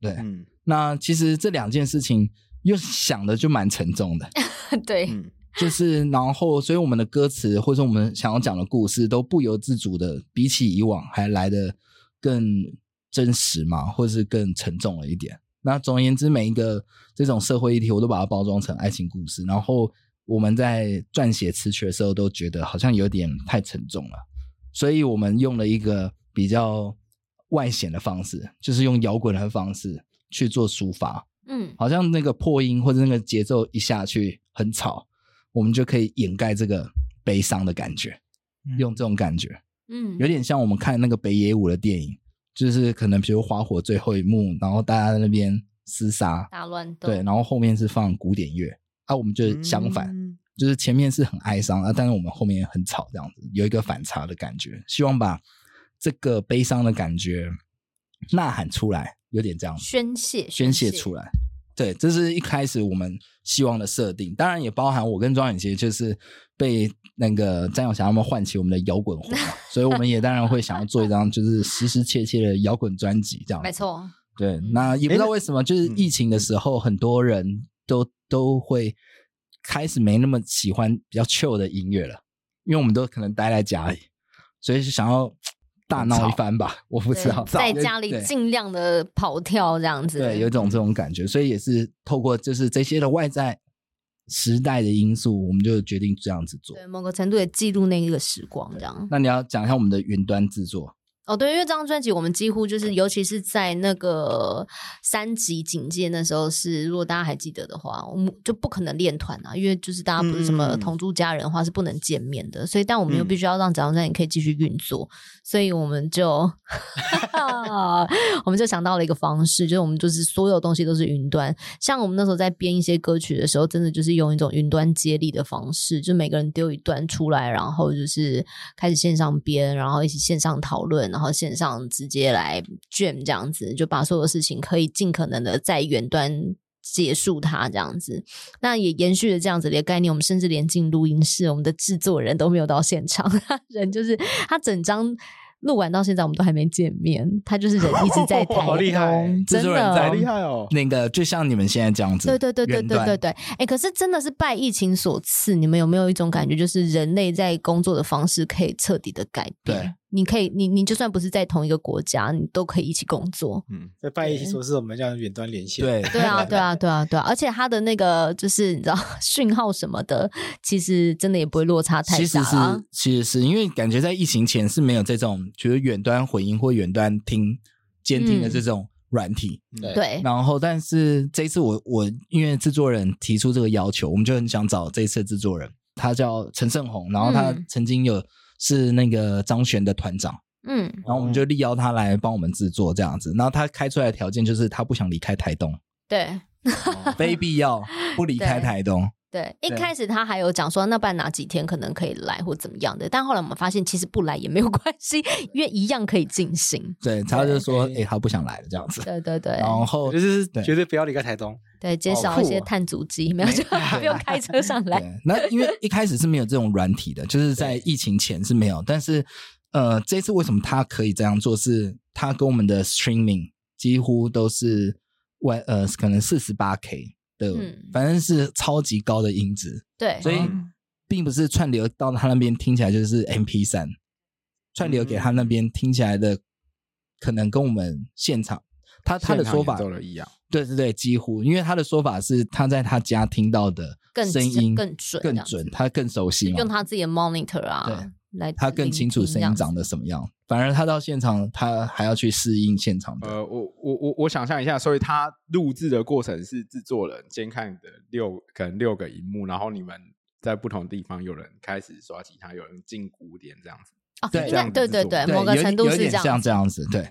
对，嗯那其实这两件事情又想的就蛮沉重的， 对，嗯就是然后，所以我们的歌词或者我们想要讲的故事都不由自主的，比起以往还来的更真实嘛，或是更沉重了一点。那总而言之，每一个这种社会议题，我都把它包装成爱情故事。然后我们在撰写词曲的时候，都觉得好像有点太沉重了，所以我们用了一个比较外显的方式，就是用摇滚的方式去做抒发。嗯好像那个破音或者那个节奏一下去很吵，我们就可以掩盖这个悲伤的感觉，用这种感觉，嗯有点像我们看那个北野武的电影，就是可能比如花火最后一幕，然后大家在那边厮杀，大乱斗，对，然后后面是放古典乐，啊，我们就相反，嗯就是前面是很哀伤啊，但是我们后面很吵，这样子有一个反差的感觉，希望把这个悲伤的感觉呐喊出来，有点这样子。宣泄宣泄出来。对，这是一开始我们希望的设定，当然也包含我跟庄远杰就是被那个詹永祥他们唤起我们的摇滚魂嘛，所以我们也当然会想要做一张就是实实切切的摇滚专辑这样。没，错，对嗯。那嗯也不知道为什么，就是疫情的时候，很多人都都会开始没那么喜欢比较 chill 的音乐了，因为我们都可能待在家里，所以就想要大闹一番吧。我不不知道，在家里对尽量的跑跳这样子，对，有种这种感觉，所以也是透过就是这些的外在时代的因素，我们就决定这样子做对。某个程度也记录那个时光这样。那你要讲一下我们的云端制作，哦，对，因为这张专辑我们几乎就是，尤其是在那个三级警戒那时候是，如果大家还记得的话，我们就不可能练团啊，因为就是大家不是什么嗯同住家人的话是不能见面的，所以但我们又嗯必须要让整张专辑可以继续运作，所以我们 就我们就想到了一个方式，就是我们就是所有东西都是云端，像我们那时候在编一些歌曲的时候，真的就是用一种云端接力的方式，就每个人丢一段出来，然后就是开始线上编，然后一起线上讨论，然后线上直接来卷这样子，就把所有事情可以尽可能的在远端。结束它这样子，那也延续了这样子的概念。我们甚至连进录音室，我们的制作人都没有到现场，人就是他整张录完到现在，我们都还没见面。他就是人一直 在台好厉害东制真作人的在好厉害哦！那个就像你们现在这样子，对对对对云对端对对，哎、可是真的是拜疫情所赐，你们有没有一种感觉，就是人类在工作的方式可以彻底的改对变？你可以，你你就算不是在同一个国家，你都可以一起工作。嗯，在半夜起手是我们这样远端连线，，对对 啊，对啊，对啊，对啊！而且它的那个就是你知道 讯号什么的，其实真的也不会落差太其大实是啊。其实是因为感觉在疫情前是没有这种，就是远端混音或远端听监听嗯的这种软体。对对，然后，但是这一次我我因为制作人提出这个要求，我们就很想找这一次的制作人，他叫陈胜宏，然后他嗯曾经有是那个张悬的团长，嗯，然后我们就力邀他来帮我们制作这样子。然后他开出来的条件就是他不想离开 台东，对非必要不离开对台东。对。一对开始他还有讲说，那不然哪几天可能可以来或怎么样的，但后来我们发现其实不来也没有关系，因为一样可以进行。对，他就说，对诶，他不想来了这样子。对对对，然后就是对绝对不要离开台东，对，减好少酷一些哦碳足迹，没有就 不用开车上 来。对，那因为一开始是没有这种软体的，就是在疫情前是没有，但是呃，这次为什么他可以这样做是？他跟我们的 streaming 几乎都是外呃，可能四十八 K 的，嗯反正是超级高的音质，对，哦所以嗯并不是串流到他那边听起来就是 MP 三，串流嗯给他那边听起来的，可能跟我们现场。他他的说法现场演奏的一样，对对对，几乎，因为他的说法是他在他家听到的更声准音更准这更样准子，他更熟悉嘛，用他自己的 monitor 啊对，来他更清楚声音长得得什么样。反而他到现场，他还要去适应现场的。呃，我我我我想象一下，所以他录制的过程是制作人监看的六可能六个荧幕，然后你们在不同地方有人开始刷吉他，有人进鼓点这样子。哦，对应这该样子对是对做对，的对呃某个有一程度有一是点这样像子。这样子，对，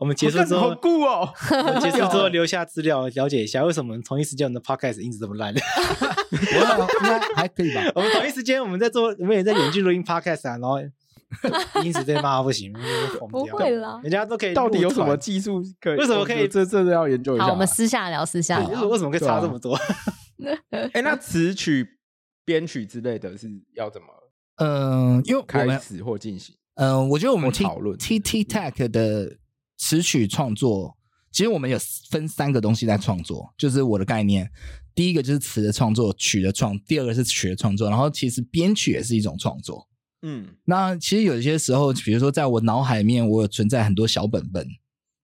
我们结束之后好，酷哦！我们结束之后留下资料，了解一下为什么我们同一时间我们的 podcast 音质这么烂。 应该还可以 吧？我们同一时间我们在做，我们也在远距录音 podcast 啊，然后音质被骂不行，疯不掉会啦。人家都可 以。到底有什么？技术可以？为什么可我以觉得这真的要研究一下？好，我啊们私下聊，私下对就是聊。为什么可以啊差这么多？ 哎，那词曲、编曲之类的是要怎么嗯，因为我开们始或进行？嗯，我觉得我们或 T 讨论 T T Tech 的词曲创作，其实我们有分三个东西在创作，就是我的概念。第一个就是词的创作，曲的创；第二个是曲的创作，然后其实编曲也是一种创作。嗯，那其实有一些时候，比如说在我脑海里面，我有存在很多小本本。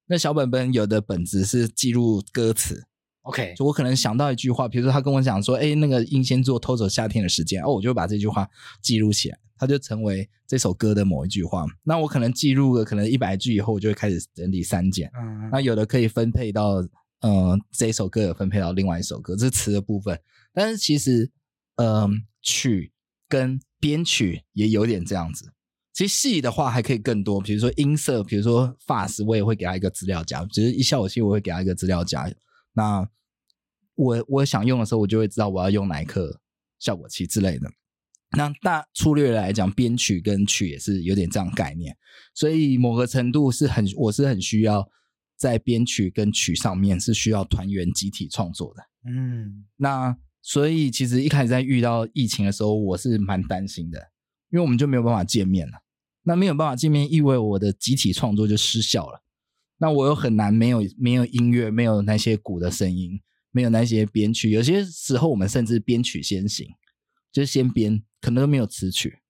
那小本本有的本子是记录歌词， OK，就我可能想到一句话，比如说他跟我讲说，哎，那个英仙座偷走夏天的时间，哦，我就把这句话记录起来，它就成为这首歌的某一句话。那我可能记录了可能一百句以后，我就会开始整理删减。嗯，那有的可以分配到，呃，这首歌有分配到另外一首歌，这是词的部分。但是其实，嗯、曲跟编曲也有点这样子。其实细的话还可以更多，比如说音色，比如说 fast，我也会给他一个资料夹，只是一效果器我会给他一个资料夹。那我我想用的时候，我就会知道我要用哪一颗效果器之类的。那大粗略来讲，编曲跟曲也是有点这样概念。所以某个程度是很，我是很需要在编曲跟曲上面是需要团员集体创作的。嗯，那所以其实一开始在遇到疫情的时候，我是蛮担心的，因为我们就没有办法见面了。那没有办法见面，意味我的集体创作就失效了。那我又很难没有没有音乐，没有那些鼓的声音，没有那些编曲。有些时候我们甚至编曲先行，就是先编，可能都没有词曲。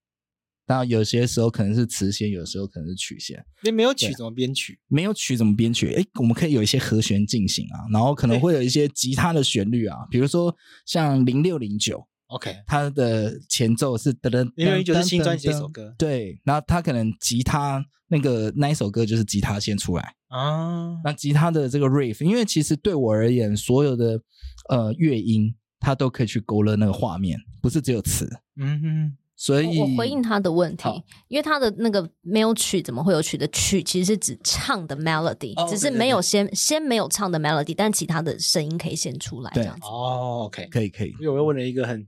那有些时候可能是词先，有时候可能是曲先。那没有曲怎么编曲？没有曲怎么编曲？哎，我们可以有一些和弦进行啊，然后可能会有一些吉他的旋律啊，比如说像零六零九， OK，它的前奏是噔噔0609噔是新噔专辑的一首噔歌对，然后它可能吉他那个那一首歌就是吉他先出来，啊，那吉他的这个 riff，因为其实对我而言，所有的呃乐音它都可以去勾勒那个画面，不是只有词，嗯哼，所以我我回应他的问题好，因为他的那个没有曲怎么会有曲的曲，其实是指唱的 melody，哦只是对对没有先先没有唱的 melody，但其他的声音可以先出来这对样子。哦，OK，可以 可以，因为我又问了一个很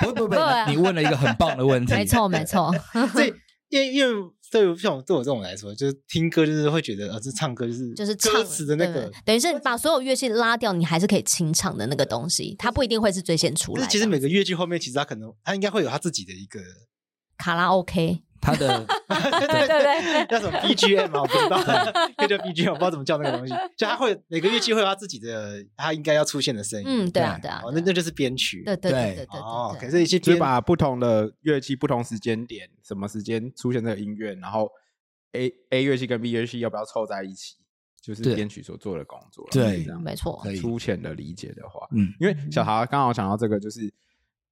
不不不对啊，你问了一个很棒的问 题，没错，没错。所以，因为因为对于像我对我这种来说，就是听歌就是会觉得，呃，这唱歌就是就是唱歌词的那对个对。等于是把所有乐器拉掉，你还是可以清唱的那个东西，它不一定会是最先出就来是的。其实每个乐句后面，其实他可能他应该会有他自己的一个，卡拉 OK，它的。对 对对叫什么 BGM 啊，我不知道，那叫 BGM，我不知道怎么叫那个东西。就他会每个乐器会有他自己的，他应该要出现的声音。嗯，对啊，对啊，哦，那对啊那就是编曲。对对对对对哦，对可对。是一些就是编把不同的乐器、不同时间点、什么时间出现这个音乐，然后 A A 乐器跟 B 乐器要不要凑在一起，就是对编曲所做的工作啦。对是这样嗯没错可，以粗浅的理解的话，嗯，因为小豪刚好想到这个，就是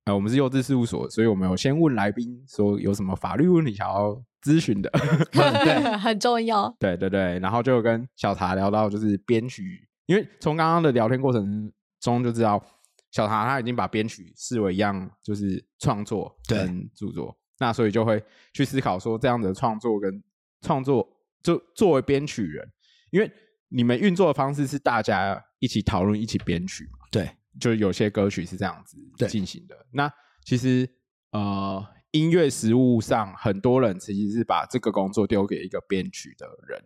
呃，我们是幼稚事务所，所以我们有先问来宾说有什么法律问题想要咨询的。嗯 很重要。对对对，然后就跟小茶聊到就是编曲，因为从刚刚的聊天过程中就知道，小茶他已经把编曲视为一样就是创作对跟著作，那所以就会去思考说这样的创作跟创作就作为编曲人，因为你们运作的方式是大家一起讨论、一起编曲嘛，对，就是有些歌曲是这样子对进行的。那其实呃，音乐实务上，很多人其实是把这个工作丢给一个编曲的人。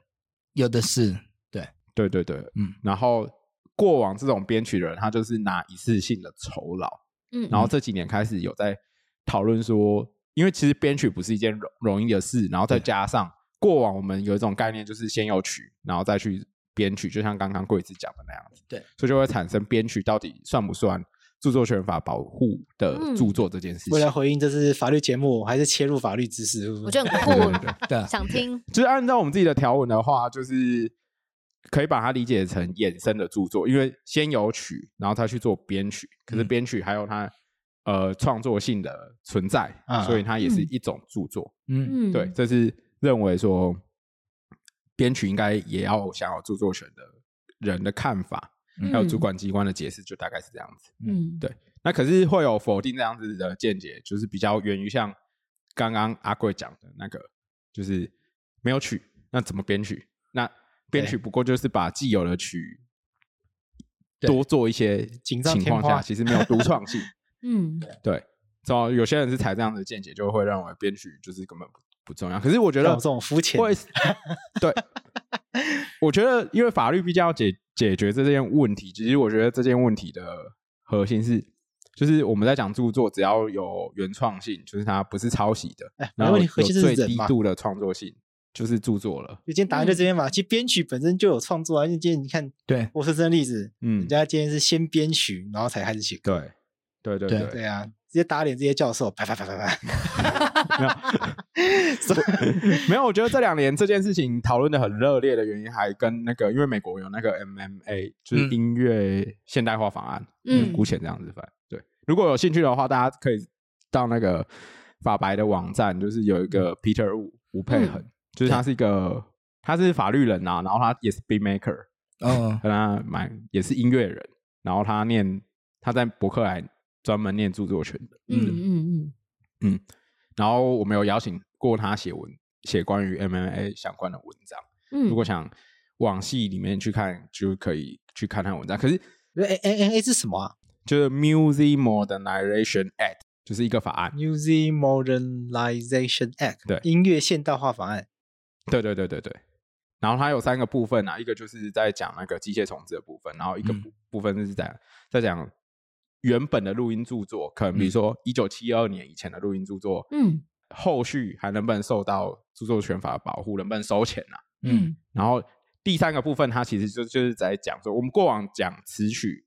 有的是，对，对对对，嗯，然后过往这种编曲的人，他就是拿一次性的酬劳。嗯，然后这几年开始有在讨论说，因为其实编曲不是一件容容易的事，然后再对加上过往我们有一种概念，就是先有曲，然后再去编曲，就像刚刚贵子讲的那样子，对，所以就会产生编曲到底算不算著作权法保护的嗯著作这件事为情。了回应这是法律节目，我还是切入法律知识。我觉得对对很对酷，对啊，想听。就是按照我们自己的条文的话，就是可以把它理解成衍生的著作，因为先有曲，然后再去做编曲，可是嗯编曲还有它呃创作性的存在，啊所以它也是嗯一种著作。嗯，嗯，对，这是认为说编曲应该也要享有著作权的人的看法，还有主管机关的解释，就大概是这样子。嗯，对那可是会有否定这样子的见解，就是比较源于像刚刚阿贵讲的那个，就是没有曲，那怎么编曲？那编曲不过就是把既有的曲对多做一些情锦上添况花下，其实没有独创 性。嗯，对，然后有些人是采这样的见解，就会认为编曲就是根本不不重要。可是我觉像得我这种肤浅会， 对，我觉得因为法律必须要解解决这件问题，其实我觉得这件问题的核心是，就是我们在讲著作，只要有原创性，就是它不是抄袭的，哎，没然后问题，有核心就是最人低嘛。度的创作性，就是著作了。就今天答案就这边嘛，其实编曲本身就有创作啊，因为今天你看对我是真的例子，嗯人，家今天是先编曲，然后才开始写歌。对，对对对对对啊，直接打脸这些教授，啪啪啪啪啪。 没有，我觉得这两年这件事情讨论的很热烈的原因，还跟那个因为美国有那个 MMA，就是嗯音乐现代化法案，嗯嗯，姑且这样子翻。对，如果有兴趣的话，大家可以到那个法白的网站，就是有一个 Peter Wu 吴佩恒，就是他是一个他是法律人啊，然后他也是 beat maker，嗯，跟他蛮也是音乐人，然后他念他在伯克莱专门念著作权的。嗯嗯然后我们有邀请过他写文，写关于 MMA 相关的文章。嗯，如果想往戏里面去看，就可以去看他文章。可是哎哎哎哎，这是什么啊就是 Music Modernization Act，就是一个法案。 ？Music Modernization Act，对音乐现代化法案。对对对对对。然后它有三个部分啊，一个就是在讲那个机械重置的部分，然后一个嗯部部分就是在在讲原本的录音著作，可能比如说一九七二年以前的录音著作，嗯后续还能不能受到著作权法的保护，能不能收钱啊？嗯然后第三个部分，它其实就就是在讲说，我们过往讲词曲，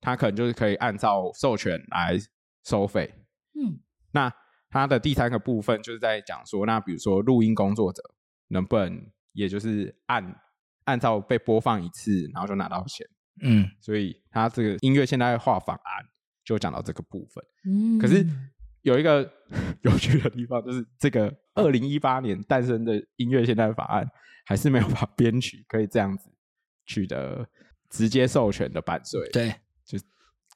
它可能就是可以按照授权来收费。嗯那它的第三个部分就是在讲说，那比如说录音工作者能不能，也就是按按照被播放一次，然后就拿到钱。嗯，所以它这个音乐现代化法案就讲到这个部分。嗯，可是有一个 有趣的地方，就是这个二零一八年诞生的音乐现代法案，还是没有把编曲可以这样子取得直接授权的版税，，对，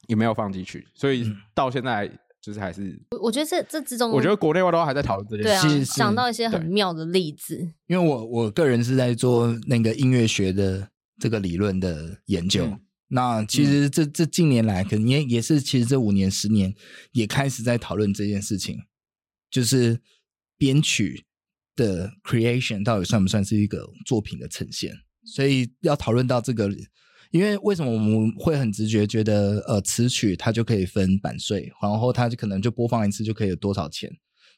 也没有放进去，所以嗯到现在就是还是，我我觉得这这之中，我觉得国内外都还在讨论这件对事。啊是，是想到一些很对妙的例子，因为我我个人是在做那个音乐学的这个理论的研究。嗯那其实这这近年来，可能也也是，其实这五年十年也开始在讨论这件事情，就是编曲的 creation 到底算不算是一个作品的呈现？所以要讨论到这个，因为为什么我们会很直觉觉得，呃，词曲它就可以分版税，然后它就可能就播放一次就可以有多少钱？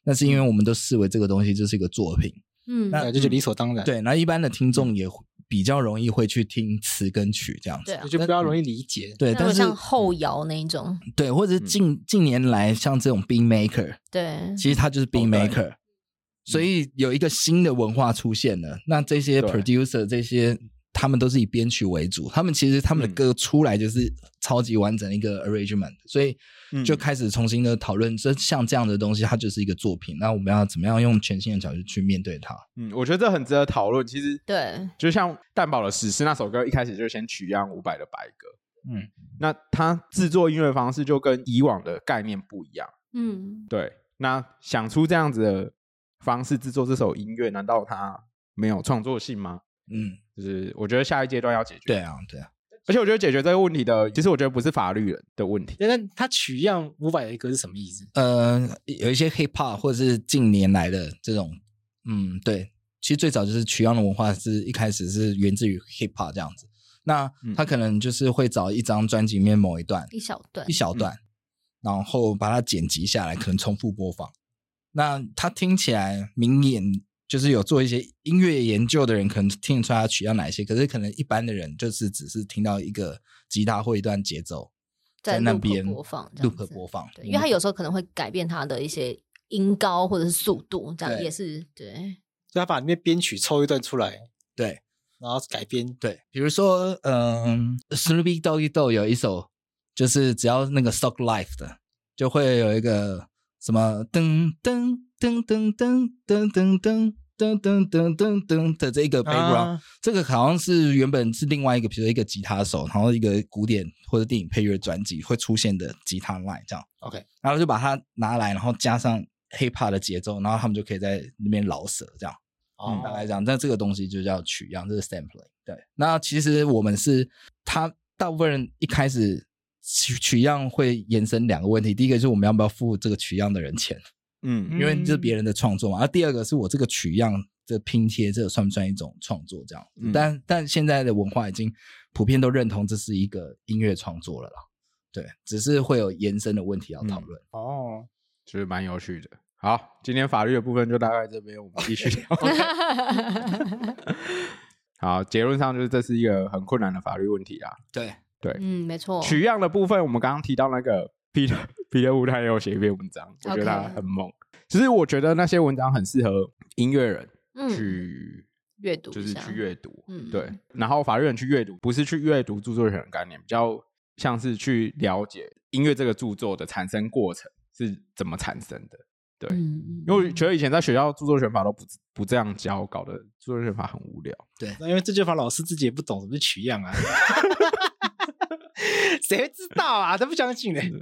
那是因为我们都视为这个东西就是一个作品，嗯，对啊，这就理所当然。，对，然后一般的听众也比较容易会去听词跟曲这样子。对啊就比较容易理解。对，那但种是像嗯后摇那一种，对，或者是近、近年来像这种 beat maker，嗯对，嗯其实它就是 beat maker，、所以有一个新的文化出现了。那这些对 producer 这些。他们都是以编曲为主，他们其实他们的嗯歌出来就是超级完整的一个 arrangement，所以就嗯开始重新的讨论，这像这样的东西，它就是一个作品。那我们要怎么样用全新的角度去面对它？嗯，我觉得这很值得讨论。其实，对，就像蛋堡的史诗那首歌，一开始就先取样伍佰的《白鸽》，嗯，那它制作音乐方式就跟以往的概念不一样。嗯对，那想出这样子的方式制作这首音乐，难道它没有创作性吗？嗯，就是我觉得下一阶段要解决。对，啊，对啊，而且我觉得解决这个问题的，其实我觉得不是法律人的问题。那那他取样五百的歌是什么意思？呃，有一些 hip hop 或者是近年来的这种，嗯，对，其实最早就是取样的文化是一开始是源自于 hip hop 这样子。那嗯他可能就是会找一张专辑里面某一段一小段一，小段，然后把它剪辑下来，可能重复播放。那他听起来明眼，就是有做一些音乐研究的人，可能听得出来他取样哪一些，可是可能一般的人就是只是听到一个吉他或一段节奏在那 loop 边播放这样 loop 子播嗯放，对，因为我它们有时候可能会改变它的一些音高或者是速度，这样对也是对，就他把里面编曲抽一段出来，对。然后改编。对，比如说，嗯，Snoopy Doggy Dog 有一首，就是只要那个 Stock Life 的，就会有一个什么噔噔噔噔噔噔噔噔噔噔噔噔噔的这个 background，、啊这个好像是原本是另外一个，比如说一个吉他手，然后一个古典或者电影配乐专辑会出现的吉他 line 这样， OK，然后就把它拿来，然后加上 hip hop 的节奏，然后他们就可以在那边老舍这样。哦大概这样。但这个东西就叫取样，这是 sampling。对，那其实我们是他大部分人一开始取取样会延伸两个问题，第一个就是我们要不要付这个取样的人钱，嗯嗯因为这是别人的创作嘛。那、第二个是我这个取样这拼贴，这个算不算一种创作？这样，嗯但但现在的文化已经普遍都认同这是一个音乐创作了啦。对，只是会有延伸的问题要讨论。哦，就是蛮有趣的。好，今天法律的部分就大概这边，我们 继续聊。好，结论上就是这是一个很困难的法律问题啊。对， 嗯，没哦错，取样的部分，我们刚刚提到那个 Peter Peter Wu 他也有写一篇文章，我觉得他 OK 很猛。其实我觉得那些文章很适合音乐人嗯，去，阅读就是一下去阅读，嗯对。然后法律人去阅读，不是去阅读著作权的概念，比较像是去了解音乐这个著作的产生过程是怎么产生的。对嗯，因为我觉得以前在学校著作权法都不不这样教，搞得著作权法很无聊。那因为这就法老师自己也不懂什么是取样啊， 谁会知道啊？他不相信嘞。呃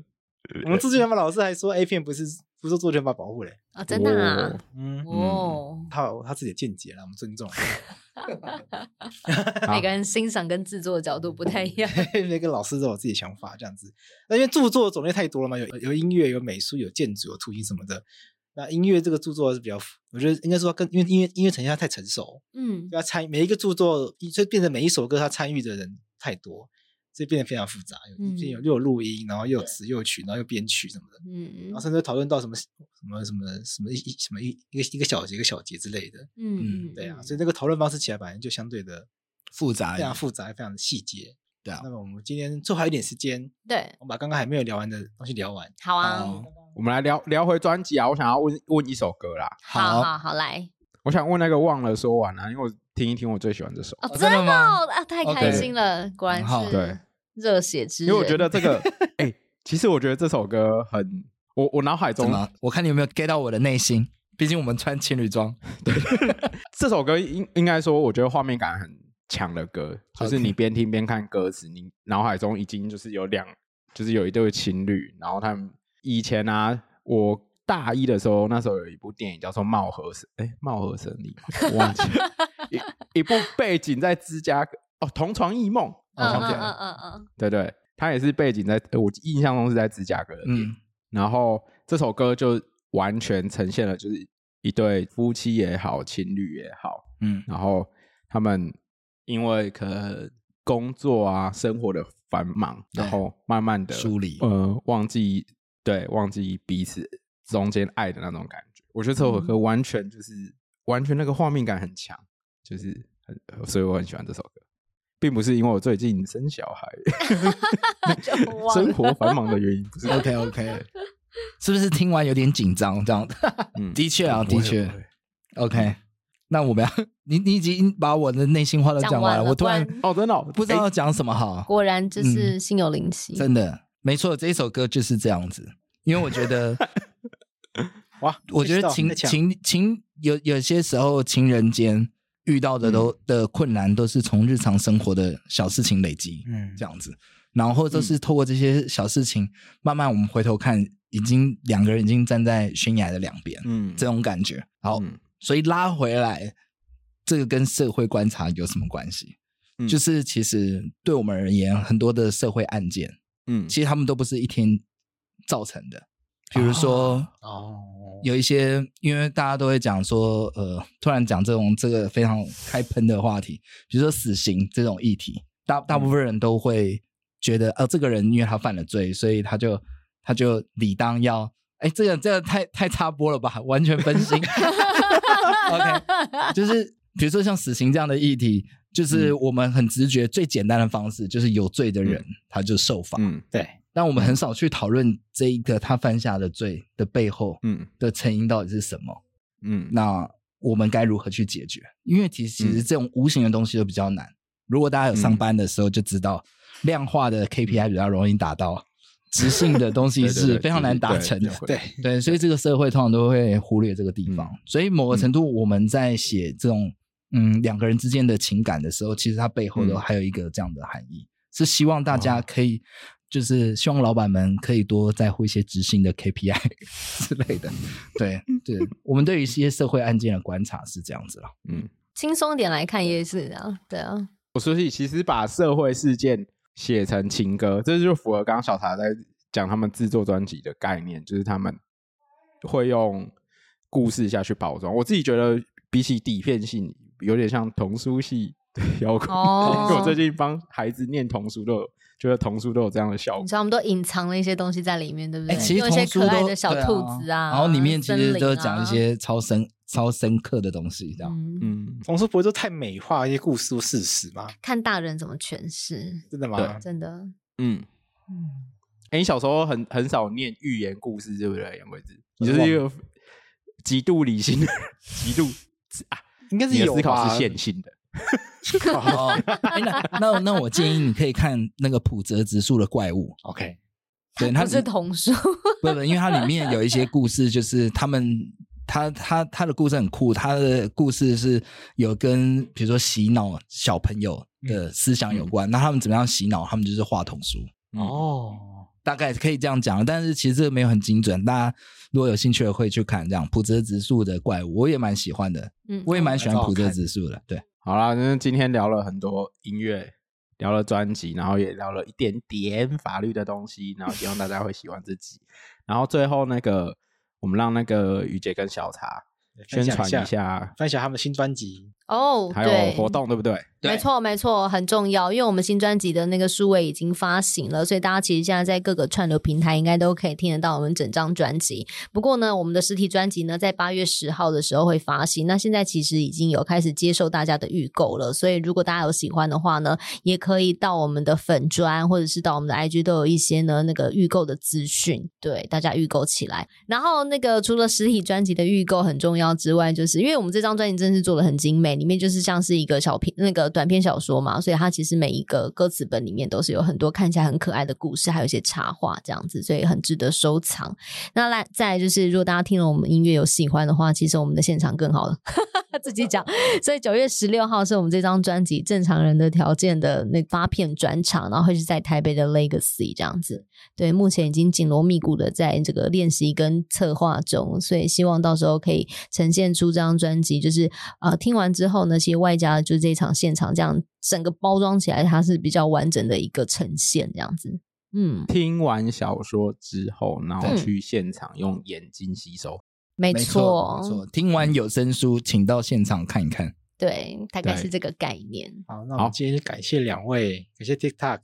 我们自治权法老师还说 A 片不是不受作权法保护嘞。啊，真的啊哦，嗯，哦，他有他自己的见解啦，我们尊重。啊好每个人欣赏跟制作的角度不太一样， 每个老师都有自己的想法，这样子。那因为著作种类太多了嘛，有有音乐，有美术，有建筑，有图形什么的。那音乐这个著作是比较，我觉得应该说跟因为音乐音乐呈现它太成熟，嗯就要参与每一个著作，所以变成每一首歌它参与的人太多，所以变得非常复杂。有嗯有又有录音，然后又有词又有曲，然后又编曲什么 的，嗯然后甚至会讨论到什么什么什么什么一一什么一一个一个小节一个小节之类的。嗯，对啊，所以那个讨论方式起来本来就相对的复杂非常复杂，非常的细节。对啊那么我们今天最后还有一点时间，对，我们把刚刚还没有聊完的东西聊完。好啊好，哦我们来聊聊回专辑啊，我想要问问一首歌啦，好好好好来，我想问那个忘了说完啊，因为我听一听我最喜欢这首，哦，哦真真的的吗哦啊，太 OK 开心了，果然很好是对，热血之因人， 为我觉得这个，哎、其实我觉得这首歌很，我我脑海怎中么？我看你有没有 get 到我的内心？毕竟我们穿情侣装，这首歌应应该说，我觉得画面感很强的歌，就是你边听边看歌词，你脑海中已经就是有两，就是有一对情侣，然后他们以前啊，我大一的时候，那时候有一部电影叫做《貌合神》，哎，《貌合神离》吗，我忘记 了，一一部背景在芝加哥，哦，《同床异梦》，我嗯想嗯起来嗯了，嗯嗯，对对，它也是背景在，呃我印象中是在芝加哥的电影嗯，然后这首歌就完全呈现了，就是一对夫妻也好，情侣也好，嗯然后他们因为可能工作啊、生活的繁忙，对然后慢慢的梳理呃，忘记对，忘记彼此中间爱的那种感觉。我觉得这首歌嗯完全就是、完全那个画面感很强，就是很，所以我很喜欢这首歌。并不是因为我最近生小孩，嗯就忘了生活繁忙的原因，不 是 OK OK，是不是听完有点紧张？这样， 嗯的确啊，不会的不会确，OK。那我们要， 你你已经把我的内心话都讲讲完完了了，我哎突然不然 哦，真的哦不知道要讲什么好。果然嗯就是心有灵犀，真的，没错，这一首歌就是这样子。因为我觉 得， 哇，我觉得情太强情情有有些时候情人间遇到的都、的困难，都是从日常生活的小事情累积。嗯这样子，然后就是透过这些小事情，慢慢我们回头看，已经两个人已经站在悬崖的两边，嗯这种感觉。好，嗯所以拉回来，这个跟社会观察有什么关系？嗯就是其实对我们而言，很多的社会案件，嗯其实他们都不是一天造成的。比如说，哦，有一些，因为大家都会讲说，呃，突然讲这种这个非常开喷的话题，比如说死刑这种议题，大大嗯部分人都会觉得，呃，这个人因为他犯了罪，所以他就他就理当要，哎，这个这个太太插播了吧，完全分心。OK，就是比如说像死刑这样的议题，嗯就是我们很直觉最简单的方式，就是有罪的人、他就受罚，嗯对，但我们很少去讨论这一个他犯下的罪的背后，嗯的成因到底是什么？嗯那我们该如何去解决？因为其实其实这种无形的东西都比较难。如果大家有嗯上班的时候就知道，量化的 KPI 比较容易达到，直性的东西对对对是非常难达直性成的。对对，对，所以这个社会通常都会忽略这个地方。嗯所以某个程度，我们在写这种嗯两个人之间的情感的时候，其实它背后都嗯哦还有一个这样的含义，是希望大家可以就是希望老板们可以多在乎一些执行的 KPI 之类的。对对，我们对于一些社会案件的观察是这样子了。嗯，轻松点来看也是啊，对啊，我所以其实把社会事件写成情歌，这就符合刚刚小茶在讲他们制作专辑的概念，就是他们会用故事下去包装。我自己觉得比起底片性，有点像童书系的 摇滚。哦因为我最近帮孩子念童书，都有觉得童书都有这样的效你果。知道我们都隐藏了一些东西在里面，对不哎、对？其实有一童些书可爱都的小对啊兔子啊然后里面其森实林都讲一啊些超深、超深刻的东西，这样。嗯嗯，童书不会都太美化一些故事或事实吗？看大人怎么诠释，真的吗对？真的，嗯，嗯，哎、你小时候很很少念寓言故事，对不对？杨贵子，你就忘是一了个极度理性的人，极度啊，应该是你的有思考吧是线性的。哦，哎那那那我建议你可以看那个普泽直树的怪物， OK， 对，它不是童 书，不不，因为它里面有一些故事，就是他们他他他的故事很酷，他的故事是有跟比如说洗脑小朋友的思想嗯有关。那他们怎么样洗脑？他们就是话筒书，嗯，哦，大概可以这样讲。啊但是其实这个没有很精准，大家如果有兴趣的会去看这样普泽直树的怪物，我也蛮喜欢的，嗯，我也蛮喜欢哦普泽直树的。对，好啦，那今天聊了很多音乐，聊了专辑，然后也聊了一点点法律的东西，然后希望大家会喜欢自己。然后最后那个，我们让那个于姐跟小茶宣分享传一一下，下，分享他们的新专辑，哦，还对有活动，对不对？对没错，没错，很重要，因为我们新专辑的那个数位已经发行了，所以大家其实现在在各个串流平台应该都可以听得到我们整张专辑。不过呢，我们的实体专辑呢，在八月十号的时候会发行。那现在其实已经有开始接受大家的预购了，所以如果大家有喜欢的话呢，也可以到我们的粉砖或者是到我们的 IG 都有一些呢那个预购的资讯，对大家预购起来。然后那个除了实体专辑的预购很重要之外，就是因为我们这张专辑真的是做的很精美，里面就是像是一个小篇那个短篇小说嘛，所以它其实每一个歌词本里面都是有很多看起来很可爱的故事，还有一些插画这样子，所以很值得收藏。那来再来就是，如果大家听了我们音乐有喜欢的话，其实我们的现场更好了， 自己讲。所以九月十六号是我们这张专辑《正常人的条件》的那发片专场，然后会是在台北的 Legacy 这样子。对，目前已经紧锣密鼓的在这个练习跟策划中，所以希望到时候可以呈现出这张专辑。就是呃，听完之后呢，其实外加就是这场现场这样整个包装起来，它是比较完整的一个呈现这样子。嗯，听完小说之后，然后嗯去现场用眼睛吸收。没没错，没错。听完有声书，请到现场看一看。对，大概对是这个概念。好，那我好们今天就感谢两位，感谢 TikTok，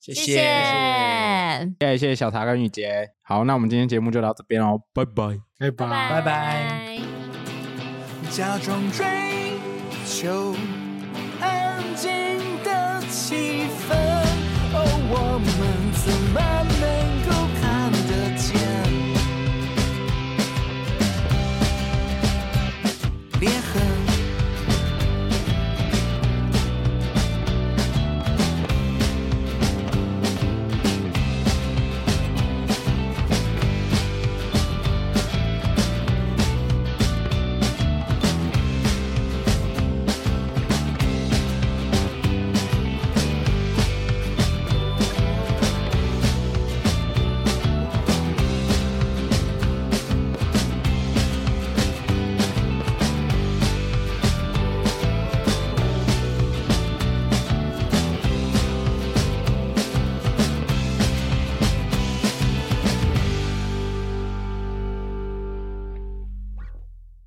谢谢谢，谢谢小茶跟雨杰。好，那我们今天节目就到这边哦，拜拜。拜拜。拜拜。假装追求安静的气氛。哦，我们